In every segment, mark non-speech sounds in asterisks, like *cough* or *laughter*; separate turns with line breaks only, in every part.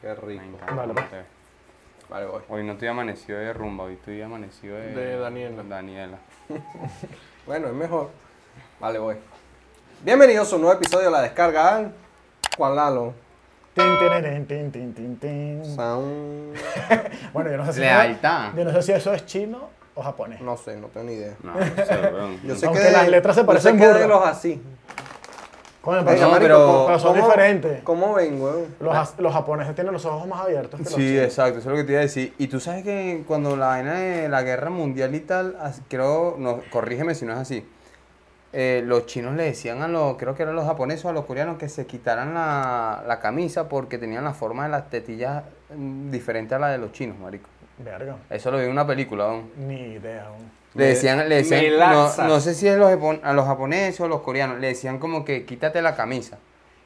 Qué rico.
Me encanta.
Vale, pues.
Mateo.
Vale, voy. Eh,
Hoy no estoy amanecido de rumba, hoy estoy amanecido de...
De Daniela.
Daniela.
Bueno, es mejor. Vale, voy. Bienvenidos a un nuevo episodio de La Descarga. Al Juan Lalo.
Tin, tin, tin, tin, tin, tin.
Sound.
Bueno, yo no sé si
Lealtad.
yo no sé si eso es chino o japonés.
No sé, no tengo ni idea.
*laughs* No, no sé, weón.
Yo sé
Aunque
que de-
las letras se
yo
parecen
sé que de
burda.
los así.
Coño,
Venga,
pero,
marico,
pero-
¿cómo-
pero son
cómo-
diferentes.
¿Cómo ven, weón?
Los, as- los japoneses tienen los ojos más abiertos que los
Sí,
chinos.
exacto, eso es lo que te iba a decir. Y tú sabes que cuando la vaina de la guerra mundial y tal, as- creo, no, corrígeme si no es así, eh, los chinos le decían a los, creo que eran los japoneses o a los coreanos que se quitaran la, la camisa porque tenían la forma de las tetillas mm, diferente a la de los chinos, marico.
Verga.
Eso lo vi en una película, weón.
Ni idea aún.
Me-
Le decían, le
me
decían no,
lanzas.
no sé si es los japon- a los japoneses o a los coreanos, le decían como que quítate la camisa.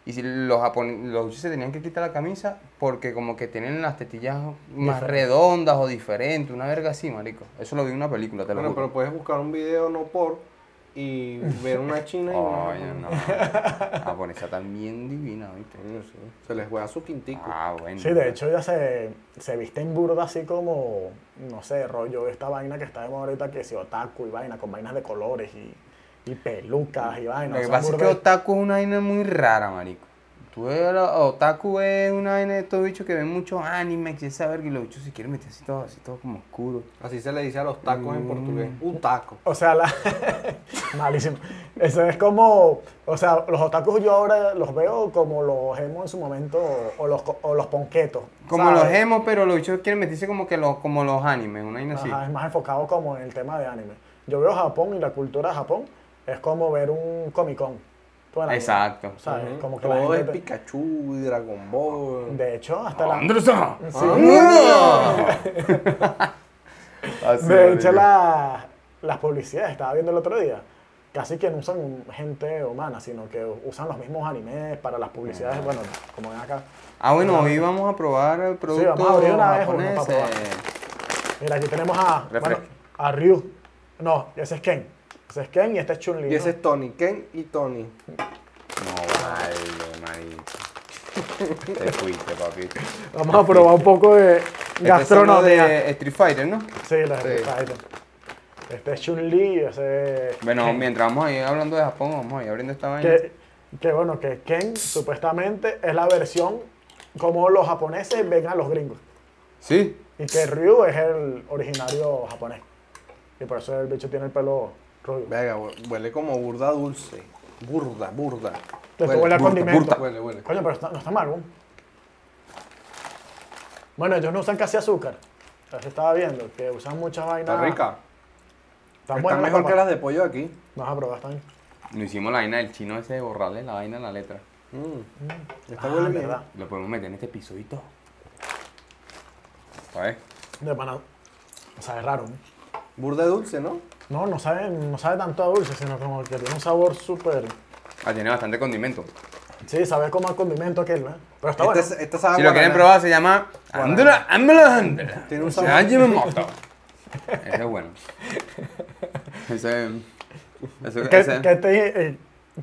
Y si los japoneses los bichos se tenían que quitar la camisa porque como que tienen las tetillas más
Diferente.
redondas o diferentes, una verga así, marico. Eso lo vi en una película, te lo
Bueno, pero
juro.
puedes buscar un video no por y ver una china y una
Coño,
japonesa.
no. La japonesa también divina, ¿viste?
Coño, sí. Se les juega su quintico.
Ah, bueno.
Sí, de hecho ya se, se visten burda así como, no sé, rollo esta vaina que está de moda ahorita que es otaku y vaina, con vainas de colores y, y pelucas y vainas.
Lo que
son
pasa es que
burda-
otaku es una vaina muy rara, marico. Tú ves a la- otaku es una vaina de estos bichos que ven muchos animes y esa verga y los bichos se quieren meter así todo, así todo como oscuro.
Así se le dice a los tacos
Mm.
en portugués. Un taco.
O sea, la... *laughs* malísimo. Eso es como, o sea, los otakus yo ahora los veo como los emo en su momento o, o los, co- o los ponquetos.
Como
¿sabes?
los emo, pero los bichos quieren meterse como que los, como los animes, una vaina así.
Ajá, es más enfocado como en el tema de anime. Yo veo Japón y la cultura de Japón es como ver un Comic Con. Tú en la-
Exacto.
¿Sabes?
Ujú.
Como que la
¿Eh? Todo
gente
es
te-
Pikachu y Dragon Ball.
De hecho, hasta la...
¡Anderson!
Sí.
¡Ah! Así,
De
marico.
hecho, la- las publicidades, estaba viendo el otro día, casi que no usan gente humana, sino que usan los mismos animes para las publicidades, bueno, como ven acá.
Ah, bueno, hoy vamos a probar el producto
vamos a abrir una vez uno para
japonés. eh.
probar. Mira, aquí tenemos a,
Refresco.
bueno, a Ryu. No, ese es Ken. Ese es Ken y este es Chun-Li.
Y ese
¿no?
es Tony, Ken y Tony.
No vale, marico.
*laughs*
Te fuiste, papi. Este
Vamos a probar un poco de
Este
Gastronomía.
gastronomía.
de Street Fighter, ¿no?
Sí, los
Sí.
Street Fighter. Este es Chun-Li y ese es
Bueno, mientras vamos a ir hablando de Japón, vamos a ir abriendo esta vaina.
que, que bueno, que Ken supuestamente es la versión como los japoneses ven a los gringos.
Sí.
Y que Ryu es el originario japonés. Y por eso el bicho tiene el pelo rubio.
Venga, hue- huele como burda dulce. Burda, burda.
Esto huele
burda,
a condimento.
burda. Huele, huele.
Coño, pero está- no está mal, ¿no? Bueno, ellos no usan casi azúcar. Así estaba viendo, que usan muchas vainas.
Está rica.
Están
Está
buenas
mejor que las
las
de pollo de aquí.
papas. Vamos a probar también.
Nos hicimos la vaina del chino ese de borrarle la vaina a la letra.
Mm. Esta
Ah,
huele bien.
verdad.
Lo podemos meter en este episodio y todo. A ver.
De pana. Sabe raro, ¿no?
Burda de dulce, ¿no?
No, no sabe, no sabe tanto a dulce, sino como que tiene un sabor súper...
Ah, tiene bastante condimento.
Sí, sabe como a condimento aquel, ¿eh? Pero está
Esta
bueno.
Este es- esta sabe a
Si lo quieren
guaraná.
probar, se llama Andra Andra Andra.
Tiene un
Se
sabor.
llama Jimmy Moto. Ese es
*laughs*
bueno. Ese. ese-
¿Qué,
ese-
qué te, eh,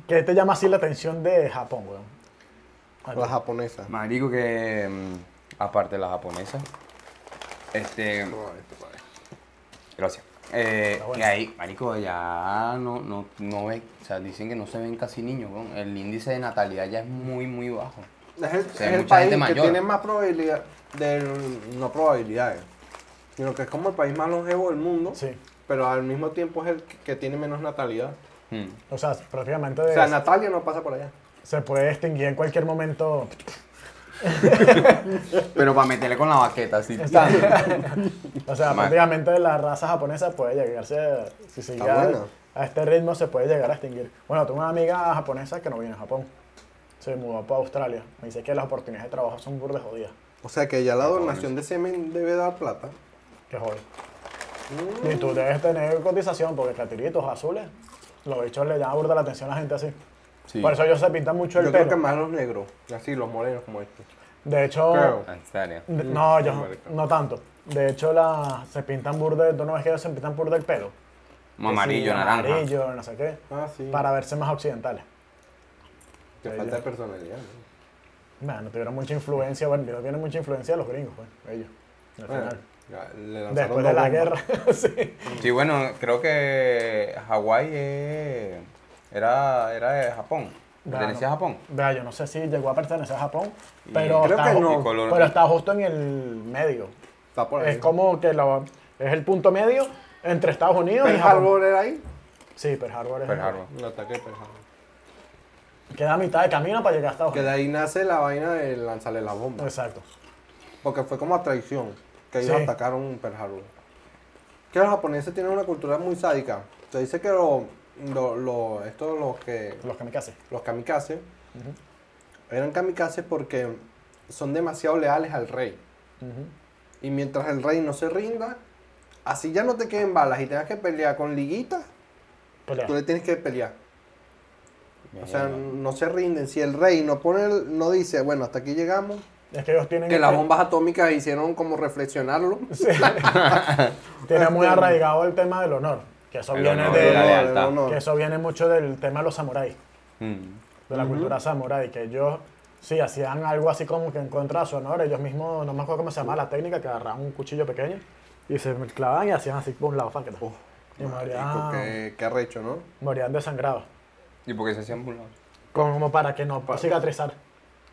qué te llama así la atención de Japón, weón?
La japonesa.
Marico, que. mm, Aparte de la japonesa. Este. Gracias. Eh,
Está bueno.
y ahí, marico, ya no, no, no ve, o sea, dicen que no se ven casi niños, weón. el índice de natalidad ya es muy, muy bajo.
Es el,
sea, hay
es el
mucha
país
gente
que
mayor.
tiene más probabilidad, del- no probabilidades, sino que es como el país más longevo del mundo,
Sí.
pero al mismo tiempo es el que que tiene menos natalidad.
Mm.
O sea, prácticamente
O sea,
es-
Natalia no pasa por allá.
se puede extinguir en cualquier momento.
Pero para meterle con la baqueta, así.
Está- o sea,
Man.
prácticamente la raza japonesa puede llegarse, a- si sigue
Está
a,
bueno.
a este ritmo, se puede llegar a extinguir. Bueno, tengo una amiga japonesa que no viene a Japón. Se mudó para Australia. Me dice que las oportunidades de trabajo son burdes jodidas.
O sea, que ya la donación de semen debe dar plata.
Qué joder. Y tú debes tener cotización porque catiritos azules, los bichos le llaman burda la atención a la gente así.
Sí.
Por eso ellos se pintan mucho
Yo
el
creo que
pelo.
más los negros, así los morenos como estos.
De hecho,
Creo.
Ah, En serio.
De- No, yo
Mm, marica.
no tanto. De hecho, la, se pintan burde, tú no ves que ellos se pintan burde el pelo.
Como
Que sí,
amarillo, naranja.
Amarillo, no sé qué.
Ah, sí.
Para verse más occidentales.
Que falta de personalidad. ¿no?
Nada, no tuvieron mucha influencia, bueno, no tienen mucha influencia de los gringos, pues, ellos, al
Bueno,
final.
ya le lanzaron dos
Después de la
bombas.
guerra, *laughs* sí.
Sí, bueno, creo que Hawái eh, era, era de Japón. Pertenecía a Japón.
Vea, yo no sé si llegó a pertenecer a Japón, pero,
creo
está,
que
ju-
no.
Color-
pero está justo en el medio.
Está por ahí.
Es como que la- es el punto medio entre Estados Unidos y
Pearl
Japón.
Harbor era ahí.
Sí, Pearl Harbor es
Pearl Harbor.
El ataque de Pearl Harbor.
Queda a mitad de camino para llegar a Estados
Que de
Unidos.
ahí nace la vaina de lanzarle la bomba.
Exacto.
Porque fue como a traición que ellos
Sí.
atacaron Pearl Harbor. Que los japoneses tienen una cultura muy sádica. Se dice que los lo, lo- estos los que
Los kamikazes.
los kamikazes eran kamikazes porque son demasiado leales al rey.
Ujú.
Y mientras el rey no se rinda, así ya no te queden balas y tengas que pelear con liguitas,
Pelea.
tú le tienes que pelear. O sea, no se rinden. Si el rey no pone, el- no dice, bueno, hasta aquí llegamos,
Es que ellos tienen.
que las bombas atómicas hicieron como
*laughs*
reflexionarlo.
Sí. Tienen muy arraigado el tema del honor. Que eso,
El
viene,
honor y
de-
la
No,
lealtad.
no.
que eso viene mucho del tema de los samuráis.
Mm.
de la cultura samurái, que ellos sí hacían algo así como que en contra de su honor, ellos mismos, no me acuerdo cómo se llama la técnica, que agarraban un cuchillo pequeño y se clavaban y hacían así por un lado, fan, que tal.
Uf,
y
marico,
morían,
qué, qué arrecho, ¿no?
morían desangrados,
¿Y por qué se hacían burlados?
como para que no cicatrizar,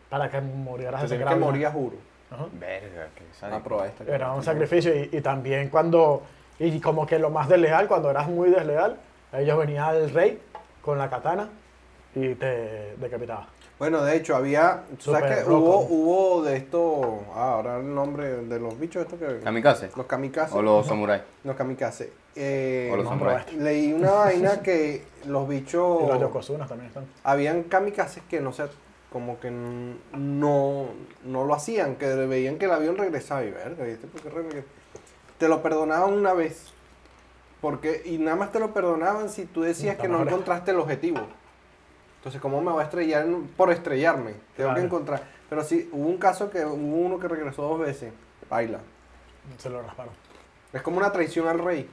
para que murieras
Te tienes
desangrado.
que morir, a juro.
Ajá.
Verga, que
Una prueba esta.
Era un sacrificio y, y también cuando, y como que lo más desleal, cuando eras muy desleal, ellos venía el rey con la katana y te decapitaba.
Bueno, de hecho, había. ¿tú ¿Sabes
Súper
qué?
loco.
Hubo, hubo de esto. Ah, ahora el nombre de los bichos, estos que.
¿Kamikaze?
Los kamikazes.
¿O los samuráis?
Los kamikazes. Eh,
¿O los
no,
samuráis?
leí una vaina
*laughs*
que los bichos.
Y los yokosunas también están.
habían kamikazes que no sé, como que n- no, no lo hacían, que veían que el avión regresaba y verga, ¿y este por qué regresa? Te lo perdonaban una vez. Porque, y nada más te lo perdonaban si tú decías
Puta
que no
madre.
encontraste el objetivo. Entonces, ¿cómo me va a estrellar en- por estrellarme? Tengo
Claro.
que encontrar. Pero sí, hubo un caso que hubo uno que regresó dos veces. Baila.
Se lo rasparon.
Es como una traición al rey.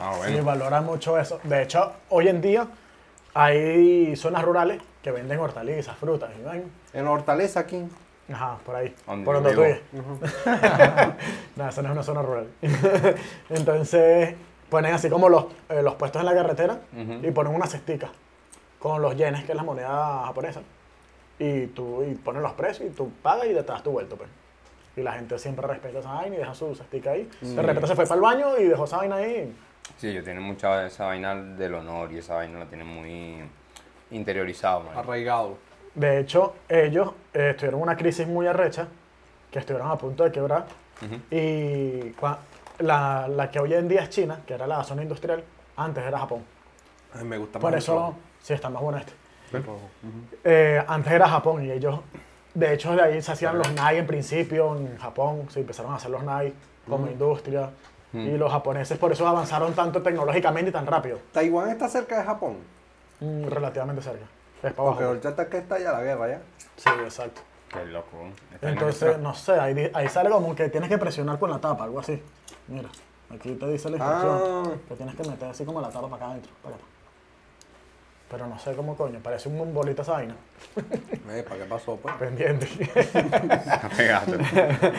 Ah,
Sí,
bueno.
valora mucho eso. De hecho, hoy en día hay zonas rurales que venden hortalizas, frutas y vaina.
En la Hortaleza aquí.
Ajá, por ahí.
Donde
por
yo
donde tú
vivo.
vives. *laughs* No, esa no es una zona rural. *laughs* Entonces, ponen así como los, eh, los puestos en la carretera
Ujú.
y ponen una cestica con los yenes, que es la moneda japonesa. Y tú y ponen los precios y tú pagas y detrás tu vuelto, pues. Y la gente siempre respeta esa vaina y deja su cestica ahí. De repente se fue para el baño y dejó esa vaina ahí.
Sí, yo tienen mucha esa vaina del honor y esa vaina la tienen muy interiorizado, man.
Arraigado.
De hecho, ellos eh, tuvieron una crisis muy arrecha, que estuvieron a punto de quebrar, y cua- la, la que hoy en día es China, que era la zona industrial, antes era Japón.
Ay, me gusta
Por
más el
eso,
rojo.
sí, está más bueno este.
El rojo. Ujú.
Eh, antes era Japón y ellos, de hecho, de ahí se hacían los Nai en principio, en Japón, se empezaron a hacer los Nai como industria, y los japoneses por eso avanzaron tanto tecnológicamente y tan rápido,
Taiwán está cerca de Japón.
mm, relativamente cerca. Es para
Porque
abajo.
ahorita está que está ya la guerra, ¿ya?
Sí, exacto.
Qué loco. Esta vaina
Entonces,
que
no sé, ahí, di- ahí sale como que tienes que presionar con la tapa, algo así. Mira, aquí te dice la instrucción.
Ah.
Que tienes que meter así como la tapa para acá adentro. Para acá. Pero no sé cómo coño, parece un bolita esa vaina. *laughs*
Epa, ¿qué pasó, pues?
Pendiente. *laughs*
está *laughs* pegada.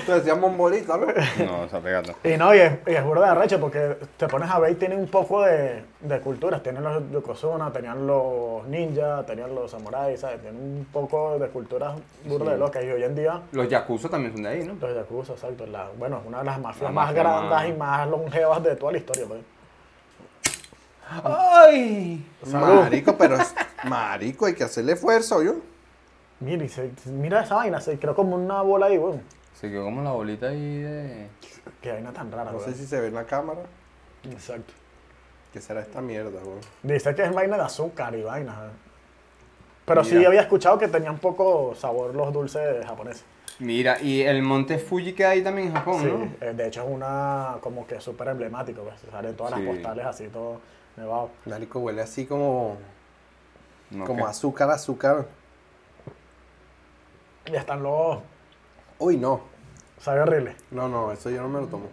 Te decían bombolita, ¿no?
No, está pegada.
y no, y es, y es burda de arrecho porque te pones a ver y tienen un poco de, de culturas. Tienen los yokozuna, tenían los ninjas, tenían los samuráis, ¿sabes? Tienen un poco de culturas burda de locas. Y hoy en día
Los yakuza también son de ahí, ¿no?
Los Yakuza, exacto. La, bueno, es una de las mafias
La
más
mafia
grandes
más-
y más longevas de toda la historia. pues.
¡Ay!
Salud.
Marico, pero es- marico, hay que hacerle esfuerzo, ¿oyó?
Mira, y se- mira esa vaina, se creó como una bola ahí, weón.
Se quedó como la bolita ahí de.
Qué vaina tan rara,
No
weón.
sé si se ve en la cámara.
Exacto.
¿Qué será esta mierda, güey?
Dice que es vaina de azúcar y vaina. ¿eh? Pero sí
Mira.
había escuchado que tenían poco sabor los dulces japoneses.
Mira, y el monte Fuji que hay también en Japón,
Sí,
Oh, ¿no?
eh, de hecho es una como que súper emblemático, pues. Sale en todas
Sí.
las postales así, todo nevado.
Marico huele así como,
No,
como
que-
azúcar, azúcar.
Y están los...
Uy, no.
Sabe horrible.
No, no, eso yo no me lo tomo.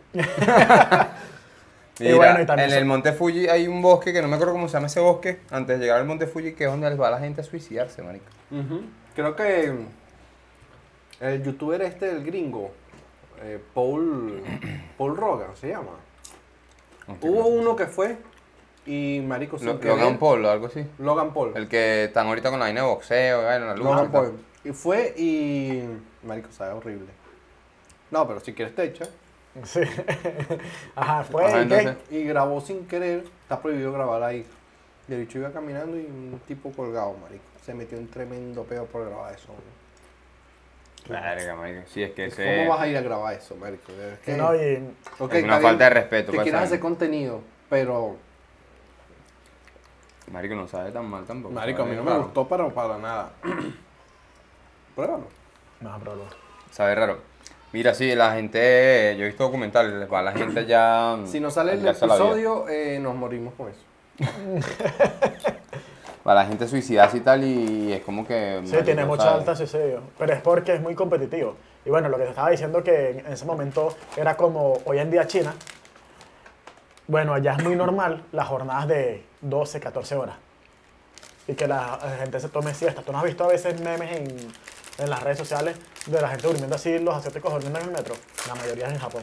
Y
Mira,
bueno, y también
en
se-
el monte Fuji hay un bosque que no me acuerdo cómo se llama ese bosque. Antes de llegar al monte Fuji, que es donde les va la gente a suicidarse, marico.
Creo que El youtuber este, el gringo, eh, Paul, Paul Rogan se llama. Hubo uno que fue y marico sin
Lo-
querer-
Logan Paul o algo así.
Logan Paul.
El que están ahorita con la vaina de boxeo, y vaina, la lucha.
Logan
y tal.
Paul. Y fue y... Marico, sabe horrible. No, pero si quieres te echa.
Sí. *laughs* Ajá, fue.
Ajá,
¿y qué?
entonces.
Y grabó sin querer. Está prohibido grabar ahí. Y el bicho iba caminando y un tipo colgado, marico. Se metió un tremendo pedo por grabar eso. hombre.
Verga, marico. Sí, es que ese
¿Cómo vas a ir a grabar eso, marico? Es
Que
que-
no, y
Ok,
es una
está
falta de
bien
respeto.
Que
pues,
quieras
¿sabes?
hacer contenido, pero...
Marico no sabe tan mal tampoco.
Marico, a mí
sabe
no me
raro.
gustó pero para nada. *clears throat* Pruébalo.
No, pero lo-
Sabe raro. Mira, sí, la gente, yo he visto documentales, les va la gente ya... mm,
Si no sale el
ya se la vida.
episodio, eh, nos morimos con eso.
Va la gente suicidarse y tal y es como que...
Sí,
marico,
tiene mucha
¿sabes?
alta suicidio. Pero es porque es muy competitivo. Y bueno, lo que te estaba diciendo que en en ese momento era como hoy en día China. Bueno, allá es muy normal las jornadas de 12, 14 horas. Y que la eh, gente se tome siestas. Tú no has visto a veces memes en, en las redes sociales de la gente durmiendo así, los asiáticos durmiendo en el metro. La mayoría es en Japón.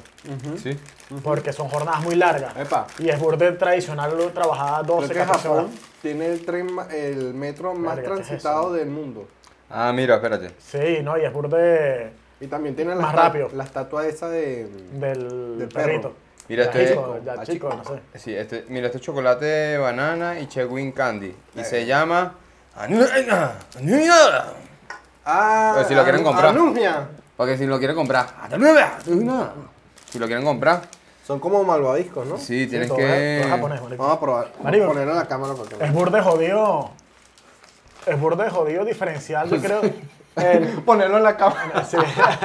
Sí.
Porque son jornadas muy largas.
Epa.
Y es burdel tradicional trabajada 12,
Creo que
14 horas.
Japón tiene el tren, ma- el metro más
Verga, ¿qué es
transitado
eso?
del mundo.
Ah, mira, espérate.
Sí, no, y es burdel
Y también tiene la,
Más
esta-
rápido. Mm.
la estatua esa de...
del,
Del perro.
perrito.
Mira,
ya
este-
chico, ya
Ah,
chico,
chico.
no sé.
Sí, este, mira, este es chocolate de banana y Chewin Candy. Y
Eh.
se llama... Anuena, Anuena.
Ah,
Pero Pues si lo quieren
Anu-
comprar.
Anugia.
Porque si lo quieren comprar... Anuena, Anuena. Si lo quieren comprar,
Son como malvadiscos, ¿no?
sí, tienes
todo es- todo es japonés,
que...
marico.
Vamos a probar. Vamos
Marico.
a ponerlo en la cámara porque...
Es burde jodido. Es burde jodido diferencial,
*laughs*
yo creo. el-
*laughs* Ponerlo en la cámara.
sí. *laughs*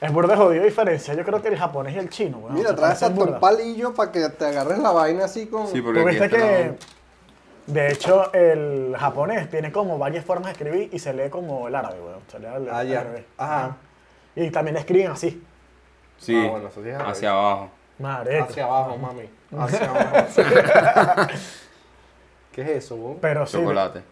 es burde jodido diferencial, yo creo que el japonés y el chino,
*laughs*
weón.
Mira,
Se
traes
parecen
hasta
burda.
un palillo para que te agarres la vaina así con...
Sí, porque
Tú
aquí este
viste
está
que.
la-
De hecho, el japonés tiene como varias formas de escribir y se lee como el árabe, weón. Se lee al,
Ah,
al
ya.
árabe.
Ajá.
Y también escriben así.
Sí,
Ah, bueno, eso sí es árabe.
hacia abajo.
Madre.
Hacia abajo, mami.
Mm.
Hacia
*laughs*
abajo. ¿Qué es eso, vos?
Pero sí.
Chocolate.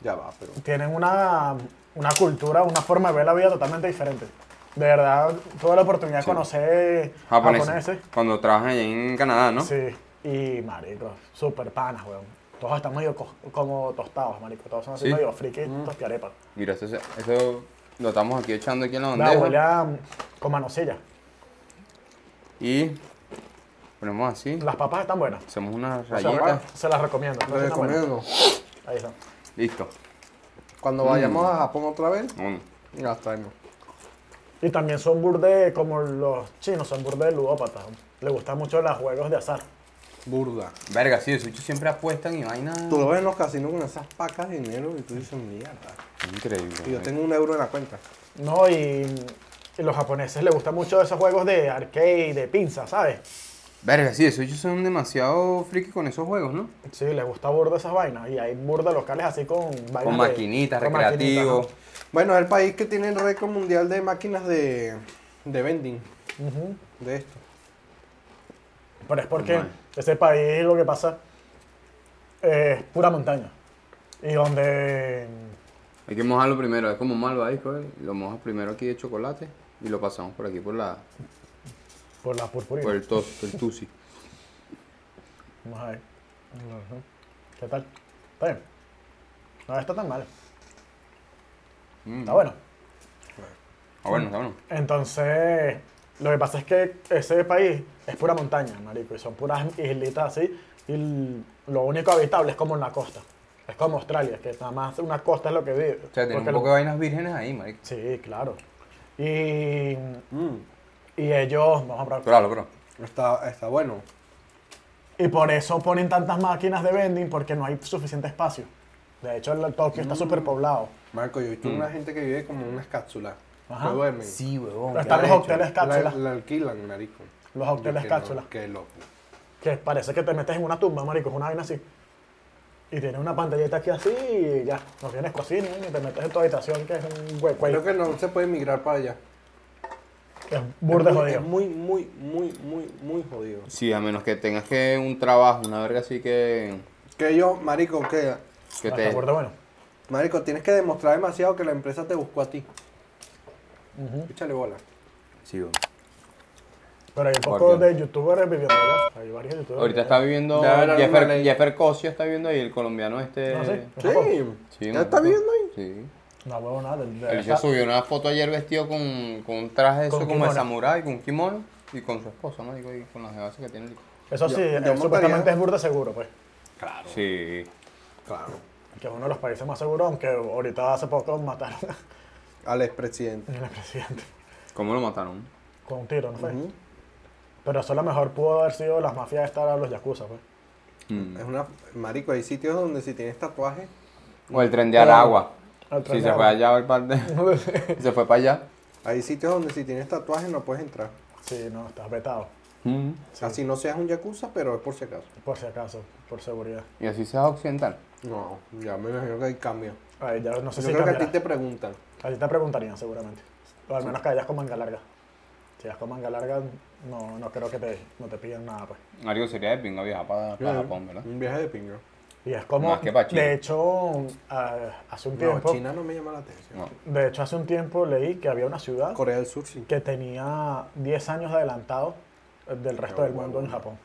Ya va, pero...
tienen una, una cultura, una forma de ver la vida totalmente diferente. De verdad, tuve la oportunidad
Sí.
de conocer
Japoneses.
japoneses.
Cuando trabajan allá en Canadá, ¿no?
Ah, Sí, y marico, super panas, weón. Todos están medio co- como tostados, marico. Todos son así
Sí. Mm.
medio frikis, tostiarepas.
Mira, esto, se- eso lo estamos aquí echando aquí en la
La huele
bandeja.
a, mm, con manosilla.
Y ponemos así,
Las papas están buenas.
hacemos unas
O sea,
rayitas.
bueno, se las recomiendo.
Te
Están buenas.
recomiendo.
Ahí están.
Listo.
Cuando vayamos a Japón otra vez,
Vámonos.
las traemos.
Y también son burde, como los chinos, son burde ludópatas. Les gustan mucho los juegos de azar.
Burda.
Verga, sí, esos bichos siempre apuestan y vaina.
Tú lo ves en los casinos con esas pacas de dinero y tú dices, mierda.
Increíble.
Y yo
marico.
tengo un euro en la cuenta.
No, y, y los japoneses les gustan mucho esos juegos de arcade, de pinza, ¿sabes?
Verga, sí, esos bichos son demasiado friki con esos juegos, ¿no?
Sí, les gusta burda esas vainas. Y hay burda locales así con vainas.
Con
de-
maquinitas,
con maquinitas,
recreativos.
Bueno, es el país que tiene el récord mundial de máquinas de, de vending,
ajá. Ujú.
de esto.
Pero es porque
Normal.
ese país lo que pasa eh, es pura montaña. Y donde.
Hay que mojarlo primero, es como un malvadisco, ¿eh? Lo mojas primero aquí de chocolate y lo pasamos por aquí por la
Por la purpurina.
por el tos, el tusi.
Vamos a ver. Ujú. ¿Qué tal? ¿Está bien? No está tan mal.
*laughs* Mm.
Está bueno.
Ah, bueno, está bueno.
Entonces, lo que pasa es que ese país es pura montaña, marico, y son puras islitas así, y l- lo único habitable es como en la costa. Es como Australia, que nada más una costa es lo que vive.
O sea, tiene un
Porque
poco
lo-
de vainas vírgenes ahí, marico.
Sí, claro. Y,
Mm,
y ellos, vamos a probar.
Claro, bro.
está, está bueno.
Y por eso ponen tantas máquinas de vending, porque no hay suficiente espacio. De hecho, el Tokio está superpoblado.
Marco, yo he visto una gente que vive como en unas cápsulas.
Ajá.
Que duermen.
huevón.
Están los
arrecho.
hoteles
La,
cápsulas,
la alquilan, marico.
los hoteles
Yo que no,
cápsulas,
Qué loco.
que parece que te metes en una tumba, marico, es una vaina así. Y tienes una pantallita aquí así y ya, no tienes cocina ni te metes en tu habitación que es un hueco ahí.
Creo que no se puede migrar para allá.
Es burde
es muy,
jodido.
Es muy, muy, muy, muy, muy jodido.
Sí, a menos que tengas que un trabajo, una verga así que,
Que yo, marico, que...
que
Ah,
te...
está burde bueno.
Marico, tienes que demostrar demasiado que la empresa te buscó a ti.
Ujú.
Échale bola.
Sí, bueno.
Pero hay un poco
Guardián.
de youtubers viviendo allá. Hay varios youtubers.
Ahorita está viviendo
Ya era
Jeffer,
una ley.
Jeffer Cosio está viviendo ahí, el colombiano este.
No sé.
Sí.
Sí,
¿Ya está
marico.
viendo ahí?
Sí.
No huevo nada. del- de-
Él se
está-
subió una foto ayer vestido con, con un traje eso
Con
como de
kimono.
samurái, con un kimono y con su esposa, ¿no? Digo, y con las jevas que tiene.
Eso sí,
Yo- yo
eh,
montaría-
supuestamente es burda seguro, pues.
Claro.
Sí.
Claro.
Que es uno de los países más seguros, aunque ahorita hace poco mataron *laughs*
Al expresidente.
al presidente
¿Cómo lo mataron?
con un tiro, ¿no fue?
Ujú.
Pero eso a lo mejor pudo haber sido las mafias estas, los yakuza, pues.
Mm.
Es una. Marico, hay sitios donde si tienes tatuaje.
O el tren de
Pero-
Aragua.
Al
Sí,
tren de
se fue
agua.
allá el par
*laughs*
de- *laughs* Se fue para allá.
Hay sitios donde si tienes tatuaje no puedes entrar.
sí, no, estás vetado,
Mm.
Así no seas un yakuza, pero es por si acaso.
por si acaso, por seguridad.
Y así se va occidental.
No, ya me imagino que hay cambio.
Ahí ya no sé
Yo
si
creo que a ti
cambiará.
te preguntan.
A ti te preguntarían seguramente. O al menos que hayas con manga larga. Si hayas con manga larga, no, no creo que te, no te pidan nada, pues.
Algo sería de pinga viajar para, para Japón, Ah, ¿verdad?
Un viaje de pingo.
Y es como,
Más que pa' China.
de hecho, a- hace un
No,
tiempo,
China no me llama la atención.
*laughs* No.
de hecho hace un tiempo leí que había una ciudad
Corea del Sur sí.
que tenía 10 años de adelantado eh, del resto
Ah,
del
bueno.
mundo en Japón.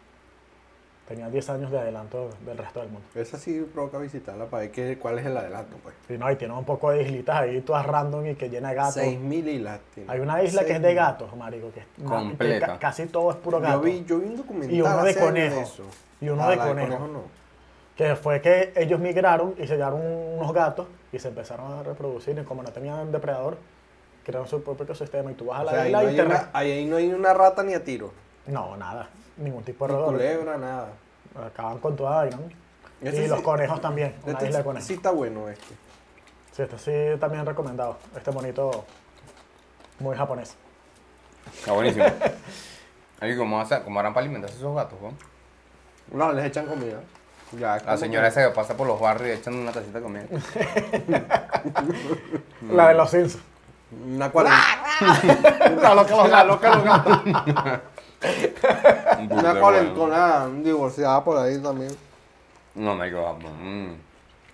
Tenía 10 años de adelanto del resto del mundo.
Esa sí provoca visitarla para ver qué- cuál es el adelanto, pues.
Y no, y tiene un poco de islitas ahí todas random y que llena de gatos.
6.000 islas tiene.
Hay una isla que es de
Seis mil.
gatos, marico, que es que
Completa.
ca- casi todo es puro
Yo
gato.
vi, yo vi un documental
Y uno
hace
de
años
conejo.
eso.
Y uno
Ah,
de
la
conejo.
no.
Que fue que ellos migraron y se llevaron unos gatos y se empezaron a reproducir. Y como no tenían depredador, crearon su propio sistema. Y tú vas a
O
la
sea, ahí, no
isla y
hay
te.
una,
re-
ahí- ahí no hay una rata ni a tiro.
No, nada. Ningún tipo de
Ni
roedor.
culebra, nada.
Acaban con toda vaina. ¿no?
Ese
Y
sí-
los conejos también. Una
Este
isla de
sí-
conejos.
sí está bueno este.
Sí, este sí también recomendado. Este bonito, muy japonés.
Está *laughs* buenísimo. Ay, ¿cómo, hace- ¿Cómo harán para alimentarse esos gatos, weón?
No, les echan comida. Ya, es
La
como
señora
que-
esa que pasa por los barrios y echan una tacita de comida.
La de
*laughs*
los Sims.
Una cuarentena.
La loca, los gatos.
Un
Una
burger, weón.
cuarentona divorciada por ahí también.
No, me quedo. mm.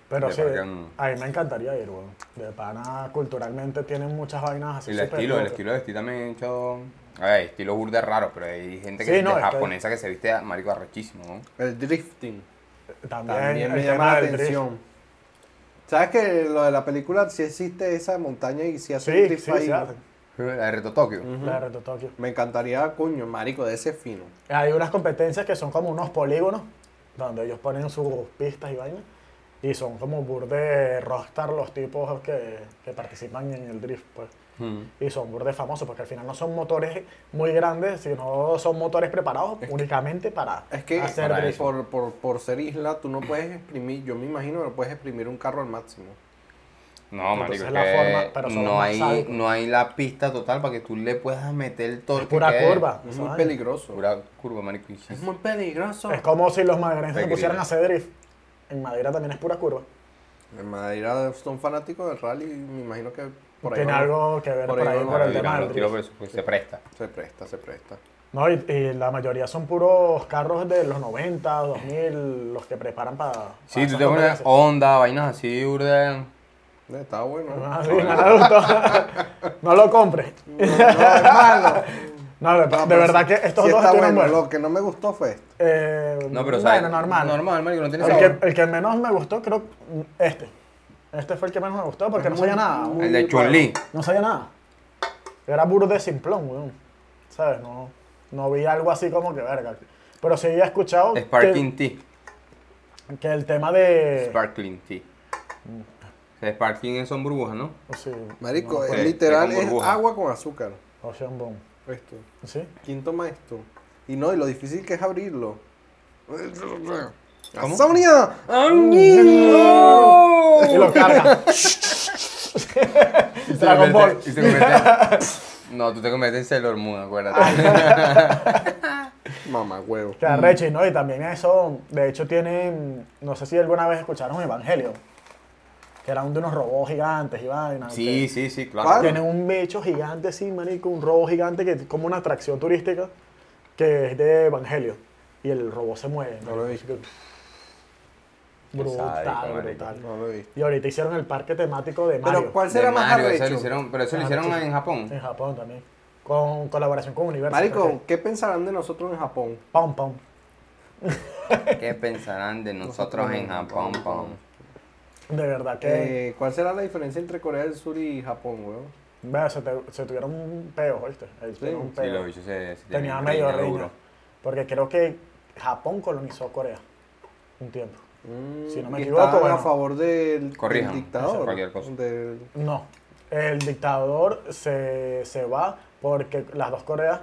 Pero
De
sí,
verdad que no.
a mí me encantaría ir, weón. De pana, culturalmente tienen muchas vainas así.
Y el
súper
estilo, el
locas.
estilo de vestir también he hecho. A ver, estilo burda raro, pero hay gente que
Sí,
es
no, es que-
japonesa que se viste a marico arrechísimo, ¿no?
El drifting.
También,
También
el
me
tema
llama la
del drift.
atención. ¿Sabes que lo de la película sí existe esa montaña y sí hace
Sí,
drift
sí,
ahí?
se hacen.
La de Reto Tokio.
Ujú.
La de Reto Tokio.
Me encantaría, coño, marico, de ese fino.
Hay unas competencias que son como unos polígonos, donde ellos ponen sus pistas y vainas. Y son como burde rockstar los tipos que, que participan en el drift, pues.
Mm.
Y son burde famosos, porque al final no son motores muy grandes, sino son motores preparados únicamente para
Es que
hacer
para
drift.
eso.
por, por, por ser isla, tú no puedes exprimir, yo me imagino que no puedes exprimir un carro al máximo.
No,
Entonces,
marico, es
la
que
forma, pero son
no,
más
hay,
sádicos.
no hay la pista total para que tú le puedas meter el torque.
Pura
que es.
curva.
Es
esa
muy
vaina.
peligroso.
Pura curva, marico. y sí,
Es muy peligroso.
Es como si los madrileños se
Pequeño.
pusieran a hacer drift. En Madera también es pura curva.
En Madrid son fanáticos del rally, me imagino que por ahí
Tiene
van-
algo que ver
por
por,
ahí
ahí,
vamos
por
a
el tema
Americano,
del Ah,
tiro
drift.
por eso, pues, se presta.
Se presta, se presta.
No, y, y la mayoría son puros carros de los 90, 2000, los que preparan para. para
Sí, tú
esas
te pones
competencias.
onda, vainas así, burda.
Eh, Está bueno.
Ah, sí, no le gustó. *laughs* No lo compres.
No, no, es malo.
No, *laughs* de,
No,
de
pero
verdad
sí-
que estos
sí
dos
está
estuvieron
bueno.
buenos.
Lo que no me gustó fue esto.
Eh,
No, pero
bueno,
sabes.
normal.
Normal, marico, no tiene
El,
sabor.
que, el que menos me gustó, creo, este. Este fue el que menos me gustó porque no sabía nada.
muy-
El de Chun-Li.
No sabía nada. Era burro de simplón, weón. ¿Sabes? No, no vi algo así como que verga. Pero sí había escuchado
Sparking
que,
Tea.
que el tema de.
Sparkling Tea. Sparkling son burbujas, ¿no?
Oh, Sí,
Marico,
Sí,
es literal
es
es
con burbuja.
agua con azúcar.
Ocean Boom.
Esto.
Sí.
¿Quién toma esto? Y no, y lo difícil que es abrirlo.
¿Cómo?
¡Sonia!
Y lo carga.
Y se
Dragon
convierte-
Ball.
y se convierte- No, tú te conviertes en Sailor Moon, acuérdate.
Mamá huevo.
Que arrecho, y no, y también eso, de hecho tienen, no sé si alguna vez escucharon Evangelio, que eran de unos robots gigantes y vainas.
*laughs* Sí, sí, sí, claro.
¿Cuál?
Tienen un bicho gigante así, marico, un robot gigante que es como una atracción turística que es de Evangelio. Y el robot se mueve.
No lo he
marico,
visto.
así Brutal,
sádico,
brutal.
No lo vi.
Y ahorita hicieron el parque temático de Mario.
Pero ¿cuál será
De
más
Mario, eso lo
arrecho?
hicieron- pero eso lo
Ah,
hicieron
sí.
en Japón.
En Japón también. Con colaboración con Universal.
Marico,
porque-
¿qué pensarán de nosotros en Japón?
Pom, pom.
¿Qué pensarán de nosotros en Japón? pom?
De verdad que.
Eh, ¿Cuál será la diferencia entre Corea del Sur y Japón, weón?
Vea, se, te- se tuvieron un peo, ¿oíste? Ellos
Sí,
tuvieron un
Sí,
peo.
los bichos se, se
Tenía
tienen
medio
reina
reino.
duro.
Porque creo que Japón colonizó Corea. Un tiempo.
Mm,
Si no me
y
equivoco,
estaban a
bueno.
favor del,
Corrijan,
del dictador.
cualquier cosa.
del-
No. El dictador se, se va porque las dos Coreas,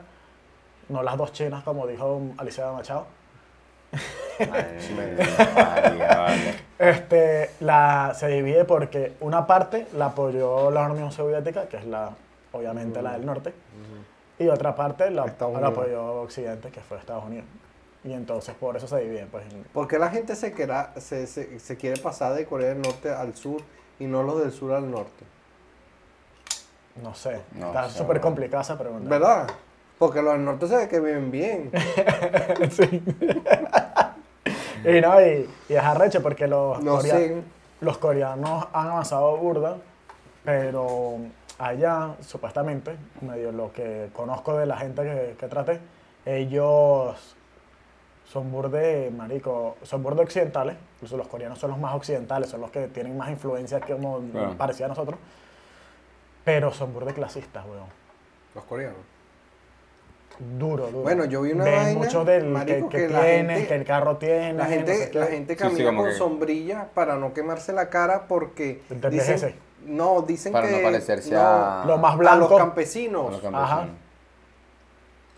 no las dos Chinas, como dijo Alicia Machado,
Ay, vale.
este, la, se divide porque una parte la apoyó la Unión Soviética, que es la, obviamente la del norte, y otra parte la,
Estados
la
Unidos.
apoyó Occidente, que fue Estados Unidos. Y entonces por eso se dividen. Pues, en-
¿Por qué la gente se, quera- se, se- se quiere pasar de Corea del Norte al sur y no los del sur al norte?
no sé,
No
está
sé,
súper
bueno.
complicada esa pregunta.
¿Verdad? Porque los del norte se ve que viven bien.
*laughs* Sí. *laughs* y no, y, y es arrecho porque los,
No
corea-
sé.
los coreanos han avanzado burda, pero allá, supuestamente, medio lo que conozco de la gente que, que traté, ellos son burde, marico, son burde occidentales, incluso los coreanos son los más occidentales, son los que tienen más influencia que como
Claro.
parecía a nosotros, pero son burde clasistas, weón.
Los coreanos.
Duro, duro.
Bueno, yo vi una
Ven
vaina,
mucho del
marico,
que, que
que la
tiene,
gente-
que el carro tiene.
La
no sé
gente,
qué.
la gente
Sí, sí,
camina
como
con
que-
sombrilla para no quemarse la cara porque
Te envejece.
dicen, no dicen
Para
que
no parecerse
no,
a-
Lo más
a los
blanco.
Con los
campesinos.
campeones.
Ajá.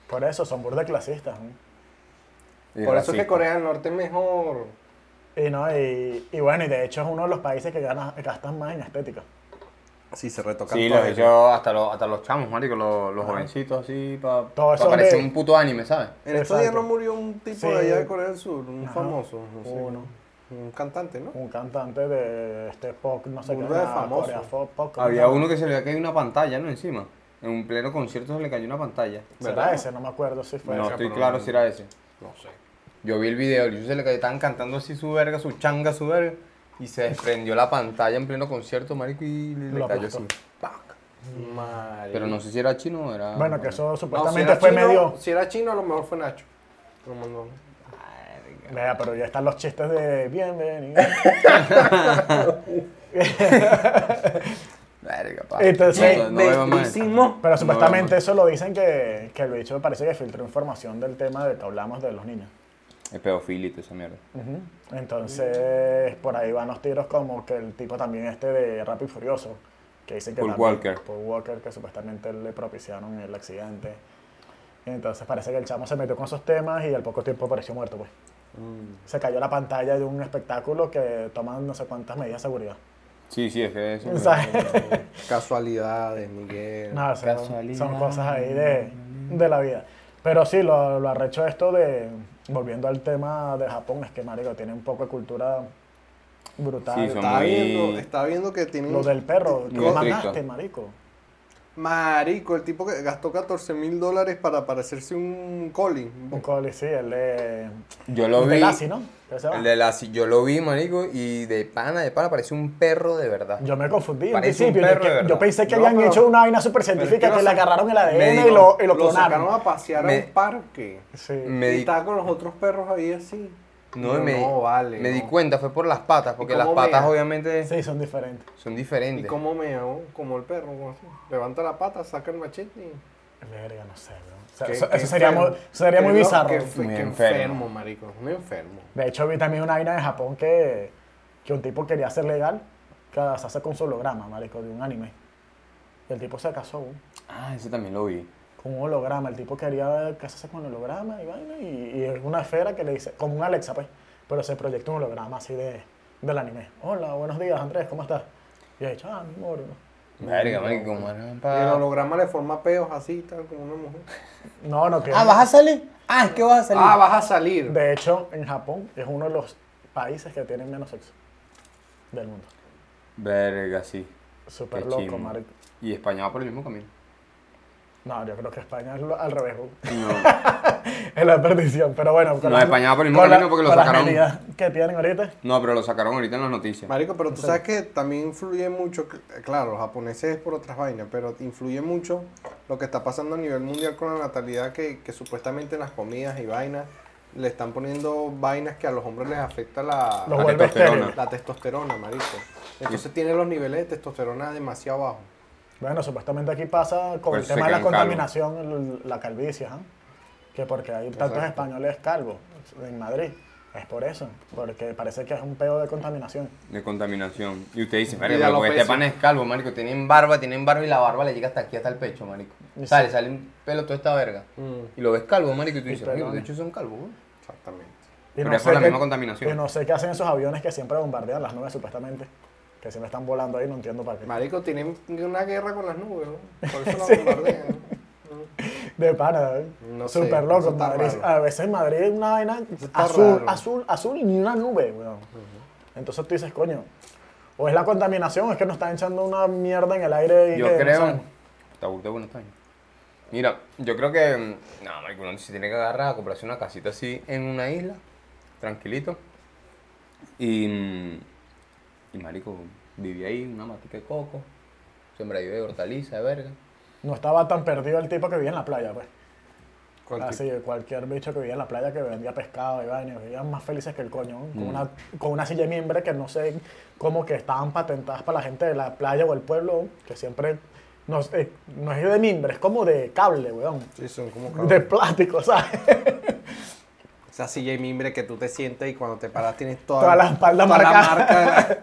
Por eso son burda clasistas. ¿no?
Y
Por eso es que
racista.
Corea del Norte es mejor.
Y, no, y, y bueno, y de hecho es uno de los países que gana- gastan más en estética.
Sí, se retocan
Sí,
todo
los
eso.
hechos hasta los, hasta los chamos, marico, los, los jovencitos así, para
Todos
pa
esos
parecer
de-
un puto anime, ¿sabes?
En estos días
Exacto.
no murió un tipo
Sí.
de allá de Corea del Sur, un
Ajá.
famoso. no sé,
Uno.
Un cantante, ¿no?
Un cantante de este pop, no sé qué.
Burda de
nada,
famoso.
Corea Fo- pop, ¿cómo se
Había
llama?
uno que se le había caído una pantalla, ¿no? Encima. En un pleno concierto se le cayó una pantalla.
¿Será
¿Verdad?
ese? No me acuerdo si fue
No
ese.
estoy claro si era ese.
No sé.
Yo vi el video, y se le cayó, estaban cantando así su verga, su changa, su verga. Y se desprendió la pantalla en pleno concierto, marico, y le
Lo
cayó
aplastó.
así. ¡pac!
Madre.
Pero no sé si era chino o era...
Bueno, que eso
No, si
supuestamente
era
fue
chino-
medio.
Si era chino, a lo mejor fue Nacho. Lo mandó.
Vea, pero ya están los chistes
*laughs*
de bienvenido.
Verga, pa.
Entonces,
no, no veo más. *laughs*
Bellísimo.
Pero
No
supuestamente
veo
eso lo dicen que, que el bicho parece que filtró información del tema del que hablamos de los niños.
más. Es pedofilia y toda esa mierda.
Entonces, por ahí van los tiros como que el tipo también este de Rápido y Furioso, que dicen que
Paul
también-
Walker.
Paul Walker, que supuestamente le propiciaron el accidente. Entonces parece que el chamo se metió con esos temas y al poco tiempo apareció muerto, pues.
Mm.
Se cayó la pantalla de un espectáculo que toman no sé cuántas medidas de
*laughs*
seguridad.
Sí, sí, es que eso...
O sea,
Casualidades, Miguel.
*laughs* No, son,
Casualidad.
son cosas ahí de, de la vida. Pero sí, lo, lo arrecho esto de, volviendo al tema de Japón, es que Marico tiene un poco de cultura brutal.
Sí, son-
Estaba
muy-
viendo, estaba viendo que tiene
Lo
un-
del perro, que
Muy
lo
estricto.
mandaste, Marico.
Marico, el tipo que gastó 14 mil dólares para parecerse un colin.
Un coli, sí, el de...
Yo lo
el de
vi...
Lassie, ¿no? Que se va.
El de la... Yo lo vi, marico, y de pana, de pana, parecía un perro de verdad.
Yo me confundí en
Parece un
principio.
perro,
yo-
de verdad.
yo pensé que
No,
habían
pero-
hecho una vaina súper
pero es
científica,
que
que
lo
le
sa-
agarraron el ADN
digo,
y lo, y lo
Lo sacaron Mm.
clonaron.
a pasear
Me-
a un parque.
Sí.
Me
y
di...
estaba con los otros perros ahí así.
No,
Yo,
me,
vale.
me di
no.
cuenta, fue por las patas, porque las
cómo
patas
mea?
obviamente
sí, son diferentes.
son
¿Y
diferentes.
cómo me hago? Como el perro, como así. Levanta la pata, saca el machete y...
Verga, no sé, bro. O sea,
Qué-
eso,
qué
eso sería,
enfermo.
muy, sería muy
Qué lo-
bizarro.
Qué, qué
Muy
enfermo.
enfermo,
marico. Un enfermo.
De hecho, vi también una vaina de Japón que, que un tipo quería hacer legal casarse con su holograma, marico, de un anime. Y el tipo se casó weón,
Ah, ese también lo vi.
con un holograma. El tipo quería casarse con el holograma y vaina. Y, y es una esfera que le dice, como un Alexa, pues. Pero se proyecta un holograma así de, del anime. Hola, buenos días, Andrés, ¿cómo estás? Y he dicho, ah, mi amor.
Verga, marico, como eran
Y el
pa-
holograma le forma peos así, tal, como una mujer.
No, no, que.
Ah, ¿vas a salir? Ah, es que vas a salir.
Ah, vas a salir.
De hecho, en Japón es uno de los países que tienen menos sexo del mundo.
Verga, sí.
Súper
Qué
loco,
chimbo.
marico.
Y España va por el mismo camino.
No, yo creo que España es lo- al revés. weón.
No.
en la perdición. Pero bueno,
No, España va por el mismo
con la-
camino porque lo
con las
sacaron.
medidas que tienen ahorita.
*laughs* No, pero lo sacaron ahorita en las noticias.
Marico, pero tú sabes que también influye mucho, que- claro, los japoneses es por otras vainas, pero influye mucho lo que está pasando a nivel mundial con la natalidad, que, que supuestamente en las comidas y vainas le están poniendo vainas que a los hombres les afecta la,
Los
La
vuelve
testosterona.
estériles.
la testosterona, marico. Entonces tiene los niveles de testosterona demasiado bajos.
Bueno, supuestamente aquí pasa con
Pues
el
se
tema de la
quedan
contaminación, el- la calvicie, ajá. que porque hay tantos
Exacto.
españoles calvos en Madrid. Es por eso, porque parece que es un pedo de contaminación.
De contaminación. Y usted dice,
Y
marico,
de
pero porque este
alopecia.
pan es calvo, marico. Tienen barba, tienen barba y la barba le llega hasta aquí, hasta el pecho, marico.
Y
Sale, sale un pelo toda esta verga.
Mm.
Y lo ves calvo, marico, y tú
Y
dices, marico, de
pelones.
hecho son calvos, güey.
Exactamente.
Pero es por la misma contaminación.
Y no sé qué hacen esos aviones que siempre bombardean las nubes, supuestamente. Que siempre están volando ahí, no entiendo para qué.
Marico, tienen una guerra con las nubes, ¿no? Por
*laughs*
eso la bombardean.
De pana, ¿eh?
No sé,
Súper
eso
loco.
está
Madrid-
raro.
a veces en Madrid es una vaina
está
azul,
raro.
azul, azul y una nube, weón. Entonces tú dices, coño, o es la contaminación, o es que nos están echando una mierda en el aire. Y
Yo
que no
creo.
sabemos.
Está burda de Buenos Aires. Mira, yo creo que. mm, No, marico, uno se tiene que agarrar a comprarse una casita así en una isla, tranquilito. Y. mm, Y, marico, viví ahí, una matica de coco, sembradío de hortaliza, de verga.
No estaba tan perdido el tipo que vivía en la playa, pues.
¿Cuál tipo?
Así, cualquier bicho que vivía en la playa que vendía pescado y vaina, vivían más felices que el coño, ¿no? con,
Mm.
una, con una silla de mimbre que no sé cómo que estaban patentadas para la gente de la playa o el pueblo, que siempre no, es- eh, no es de mimbre, es como de cable, weón.
Sí, son como
De
cabros.
plástico, ¿sabes? *laughs*
Esa silla y mimbre que tú te sientes y cuando te paras tienes toda,
Toda la espalda
toda la
marcada.
marca de
*laughs*
la-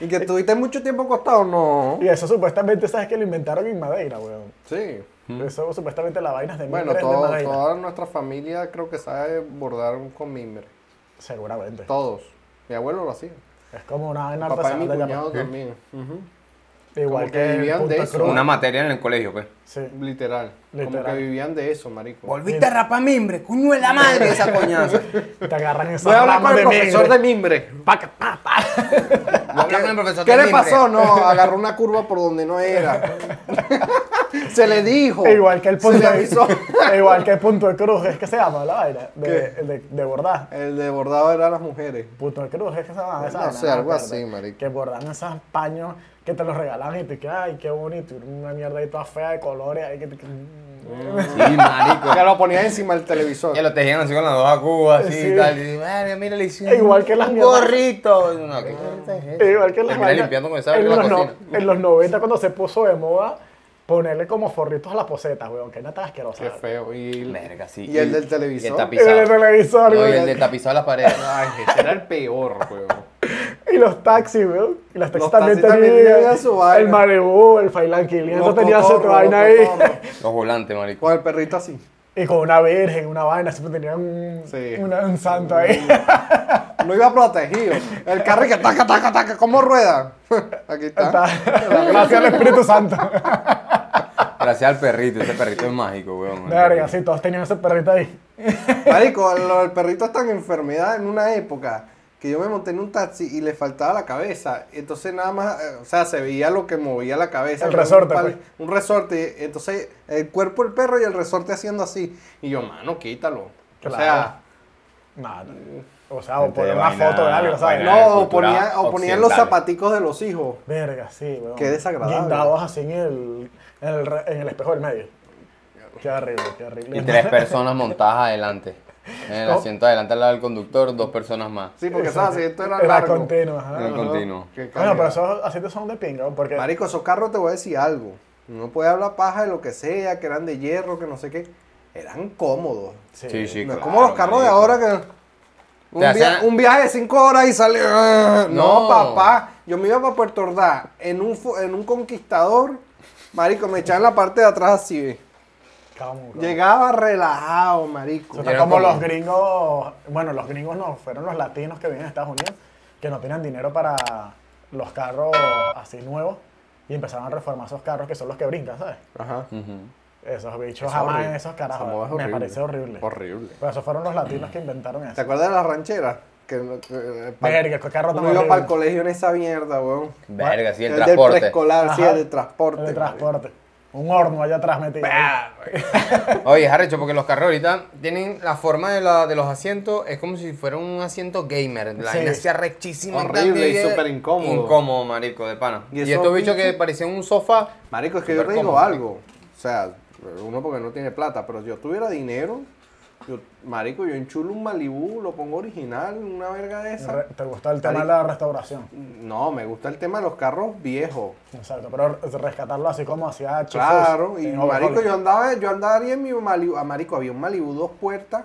y que tuviste mucho tiempo acostado, no.
Y eso supuestamente, ¿sabes que lo inventaron en Madeira, weón?
Sí.
Eso supuestamente la vaina es de
Mm. Bueno,
mimbre es
todo-
de Madeira.
toda nuestra familia creo que sabe bordar con mimbre.
Seguramente.
Todos. Mi abuelo lo hacía.
Es como una vaina
Papá de mi
artesanal de
cuñado
llamar.
también. Ujú.
Igual
como que
que
vivían
Punta
de eso.
Cruz.
Una materia en el colegio, pues.
Sí.
Literal. Como
Literal.
que vivían de eso, marico.
Volviste a rapamimbre, coño de la madre esa coñaza.
Te agarran
Voy
esa
a hablar
rama
con
de
el profesor
mimbre.
de mimbre.
Habla con el profesor
¿Qué
de
le
mimbre.
pasó? No, agarró una curva por donde no
*laughs*
era. Se le dijo.
E Igual que el
Se
punto
le
de e
avisó.
Igual que el punto de cruz, es que se llama la vaina. De,
¿Qué?
el de, de bordar.
El de bordado era las mujeres.
Punto de cruz, es que se llama esa
No
vaina,
sé,
me
algo
acuerdo.
así, marico.
Que bordan esos paños que te los regalan y te que ay, qué bonito. y Una mierda ahí toda fea de colores. Ahí que te,
Mm.
Sí, marico.
Que lo ponía encima del televisor.
Que lo tejían así con las dos agujas, así
Sí.
y tal. Y dice, madre, mira, le hicieron
Igual que las
un
mierdas.
gorrito. Y uno, ¿qué mierda es eso?
e Igual que las
Termina
vainas-
limpiando con esa verga
en,
la
los no-
cocina.
en los 90 cuando se puso de moda ponerle como forritos a las posetas, weón, que no tan asquerosa.
Qué feo. Y,
Verga, sí.
¿Y el del
Y el
televisor?
En
tapizado.
el televisor,
No, y
weón.
el de tapizado las
*laughs*
paredes.
Ay, ese era el peor, weón.
Y los taxis, weón. Y los
Los
taxis también
taxis también
tenían
tenían su vaina.
El Malibu, el Failan Eso
Los
tenía su
cotorros,
vaina
los
ahí.
cotorros.
Los volantes, marico.
Con el perrito así.
Y con una virgen, una vaina, siempre tenían un,
Sí.
una- un santo ahí. *laughs*
No iba protegido. El carro que taca, taca, taca, como rueda. *laughs* Aquí está.
Gracias al Espíritu Santo. *laughs*
Gracias al perrito. Ese perrito es mágico, weón.
Verga, sí, todos tenían ese perrito ahí.
Marico, lo del perrito está en enfermedad en una época que yo me monté en un taxi y le faltaba la cabeza. Entonces nada más, eh, o sea, se veía lo que movía la cabeza.
El
Era un
resorte,
pal-
pues.
Un, resorte. Entonces el cuerpo del perro y el resorte haciendo así. Y yo, mano, quítalo. O
Claro.
sea,
Nada. O sea, o
Gente
poner
de
una
vaina-
foto de algo, ¿sabes?
vaina.
no, o
cultura
ponían, o ponían los
occidental.
zapaticos de los hijos.
Verga, sí, weón.
Qué desagradable.
Guindados así en el, en el, re- en el espejo del medio. Qué horrible, qué horrible.
Y
*laughs*
tres personas montadas adelante. En el
No.
asiento adelante al lado del conductor, dos personas más.
Sí, porque
Exacto.
sabes, esto era
Era
largo.
continuo, ajá.
Era continuo.
Qué
Bueno, pero
calidad.
esos asientos son de pinga, weón, porque...
Marico, esos carros te voy a decir algo. No puede hablar paja de lo que sea, que eran de hierro, que no sé qué. Eran cómodos.
Sí, sí,
no es
claro,
como los carros de
marico.
ahora que. Un,
Te hacen-
via- un viaje de 5 horas y sale. "Ah". No,
No.
papá. Yo me iba para Puerto Ordaz en un, fu- en un conquistador. Marico, me echaban la parte de atrás así. ve.
Cabrón, weón.
Llegaba relajado, marico.
Eso
Llegaron
está como
como-
los gringos, bueno, los gringos no, fueron los latinos que vienen a Estados Unidos, que no tenían dinero para los carros así nuevos y empezaron a reformar esos carros que son los que brincan, ¿sabes?
Ajá.
Ujú.
Esos bichos
Es
jamás
horrible.
esos
Esa moda
carajos.
es
Me
horrible.
parece horrible.
Horrible.
Pero esos fueron los latinos que inventaron
¿Te
eso.
acuerdas de las rancheras? Que, no- que- pa-
Verga, qué carro tan
uno iba
horrible.
para el colegio en esa mierda, weón.
Verga, sí, el
del
transporte.
preescolar, sí,
Ajá.
el de transporte.
El de
marico.
transporte. Un horno allá atrás metido.
Oye, es arrecho, porque los carros ahorita tienen la forma de, la- de los asientos, es como si fuera un asiento gamer. este La
Sí.
vaina así arrechísima.
Horrible
grande,
y
es
súper incómodo.
Incómodo, marico, de pana.
Y
Y,
esos
estos bichos que
pinches-
parecían un sofá.
Marico, es que yo
Súper
te digo
cómodo,
algo. O sea, uno porque no tiene plata, pero si yo tuviera dinero, yo, marico, yo enchulo un Malibú, lo pongo original, una verga de esa.
¿Te gusta el tema de la restauración?
No, me gusta el tema de los carros viejos.
Exacto, pero rescatarlo así como hacía Chifus.
Claro, y
en
marico,
Overhaul.
yo andaba, yo andaría en mi Malibu, ah, marico, había un Malibu dos puertas,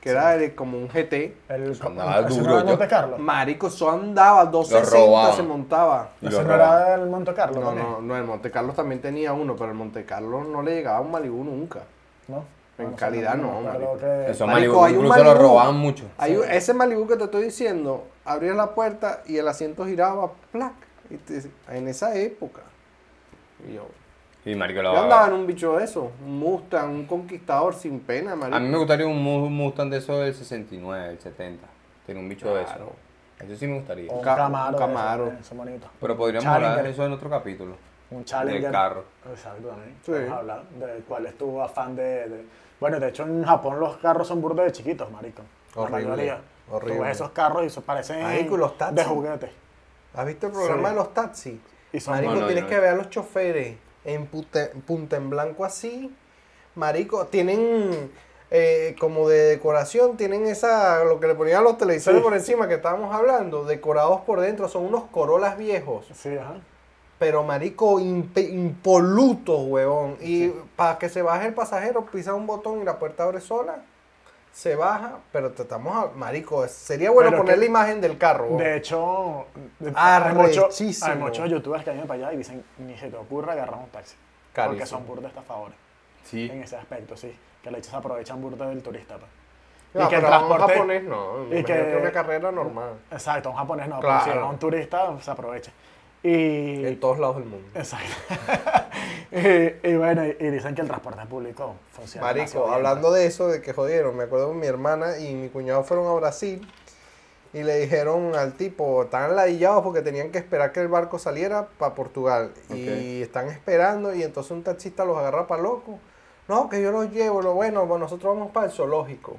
que era de- como un GT.
El,
Eso andaba
ese
duro,
no era el
yo-
Monte Carlo.
Marico, eso andaba, 260
robaban.
se montaba.
Y lo
Ese no
robaban.
era el Monte Carlo
No,
también.
no, no, el Monte Carlos también tenía uno, pero el Monte Carlos no le llegaba a un Malibu nunca.
¿No?
En
Bueno,
calidad
sé,
no,
creo
marico.
que-
Eso
Eh, Marico,
Malibu,
hay un
incluso lo
Malibu.
robaban mucho.
Hay un- ese Malibu que te estoy diciendo, abrías la puerta y el asiento giraba, plac, y te- en esa época. Y yo,
Y marico,
yo
lo
andaba en un bicho de eso, un Mustang, un conquistador sin pena, marico.
A mí me gustaría un Mu- un Mustang de esos del 69, del 70. Tiene un bicho de eso.
Claro. Oh.
Eso sí me gustaría.
o un
ca-
Camaro.
un
de esos,
Camaro.
eh, son bonitos.
Pero podríamos
Challenger.
hablar de eso en otro capítulo.
Un Challenger.
Del carro.
Exacto, también.
Sí.
Vamos a hablar de cuál es tu afán de, de- Bueno, de hecho, en Japón los carros son burdos de chiquitos, marico. La
Horrible,
mayoría. Tú
horrible.
ves esos carros y se parecen
Marico, los taxis.
de juguete.
¿Has visto el programa
Sí.
de los taxis?
Y son
Marico,
No, no,
tienes
yo no.
que ver a los choferes en punta, punta en blanco así. Marico, tienen eh, como de decoración, tienen esa, lo que le ponían a los televisores
Sí.
por encima que estábamos hablando, decorados por dentro, son unos corolas viejos.
Sí, ajá.
Pero marico, impe- impoluto, huevón. Y para que se baje el pasajero, pisa un botón y la puerta abre sola. Se baja, pero te estamos a... Marico, es- sería bueno
Pero
poner
que-
la imagen del carro. huevón.
De hecho, de-
Ah,
hay, mucho-
Arrechísimo.
hay muchos youtubers que vienen para allá y dicen, ni se te ocurra agarrar un taxi. Porque
Carísimo.
son burdas estafadores.
Sí.
En ese aspecto, sí. Que le echas aprovechan burda del turista. pues.
No,
y que el
pero a un
transporte-
japonés no.
y que-
imagínate una carrera normal.
Exacto, un japonés no,
Claro.
pero si es un turista, se aprovecha. Y...
En todos lados del mundo.
Exacto. *laughs* y, y bueno, y, y dicen que el transporte público funciona. demasiado
Marico,
bien, pues.
hablando de eso, de que jodieron, me acuerdo mi hermana y mi cuñado fueron a Brasil y le dijeron al tipo, están ladillados porque tenían que esperar que el barco saliera para Portugal. Y están esperando y entonces un taxista los agarra para loco. No, que yo los llevo, lo bueno, bueno, nosotros vamos para el zoológico.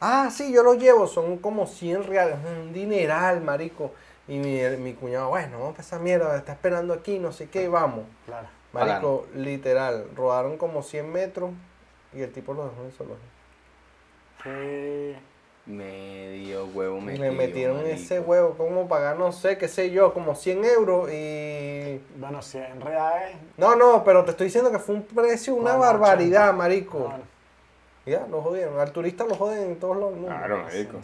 Ah, sí, yo los llevo, son como 100 reales, un dineral, marico. Y mi, mi cuñado, bueno, vamos para esa mierda, está esperando aquí, no sé qué, vamos.
pues. Claro.
Marico, literal, rodaron como 100 metros y el tipo lo dejó en el zoológico.
Sí.
Medio huevo
Y
metido.
le metieron
marico.
ese huevo, como pagar, no sé, qué sé yo, como 100 euros y...
Bueno, 100 reales.
No, no, pero te estoy diciendo que fue un precio, una
Bueno,
barbaridad,
80.
marico.
bueno,
Ya, lo jodieron. Al turista lo joden en todos lados. del mundo.
Claro, marico.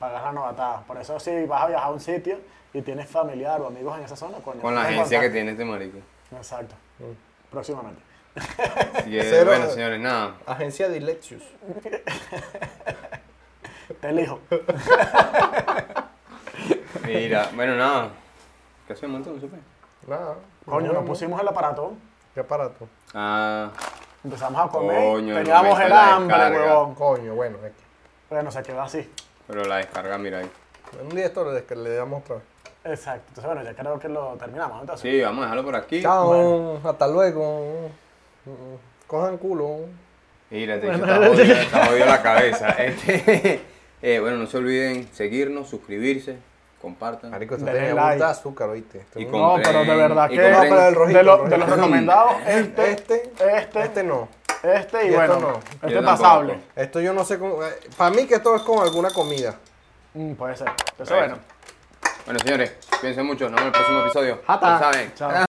pagas la novatada. Por eso, si vas a viajar a un sitio y tienes familiar o amigos en esa zona, coño,
Con la
tienes
agencia que
contacto.
tiene Mm. este marico.
Exacto. Próximamente.
Así que,
Cero-
bueno, señores, nada.
Agencia de Lexus.
*laughs*
Te elijo.
Mira, bueno, nada. ¿Qué hacemos entonces? pues?
Nada.
Coño,
no
nos pusimos el aparato.
¿Qué aparato?
Ah,
Empezamos a comer.
Coño, el
teníamos
momento
el
de la
hambre,
descarga.
huevón.
Coño, bueno. aquí.
Bueno, se quedó así.
pero la descarga, mira ahí.
Un día esto le, que le damos otra vez.
Exacto. Entonces, bueno, ya creo que lo terminamos. Entonces,
Sí, vamos a dejarlo por aquí.
Chao, hasta luego. Cojan culo.
Mira, te está jodido, está jodido la cabeza. *laughs* Este, eh, bueno, no se olviden seguirnos, suscribirse, compartan.
Marico, esto
Denle
tiene
like.
mucha azúcar, ¿oíste? Esto
Y
es un-
con-
No, pero de verdad
Y
que
compren-
No, pero el rojito,
de, lo-
el
de
rojito.
los recomendados, este,
Este,
este,
este no.
este y,
y esto
bueno,
no.
Yo
este
tampoco.
pasable.
Esto yo no sé cómo. Para mí que esto es con alguna comida.
Mm, puede ser. Entonces,
Perfecto.
bueno.
Bueno, señores, piensen mucho, nos vemos en el próximo episodio.
Jata.
Ya saben.
Chao.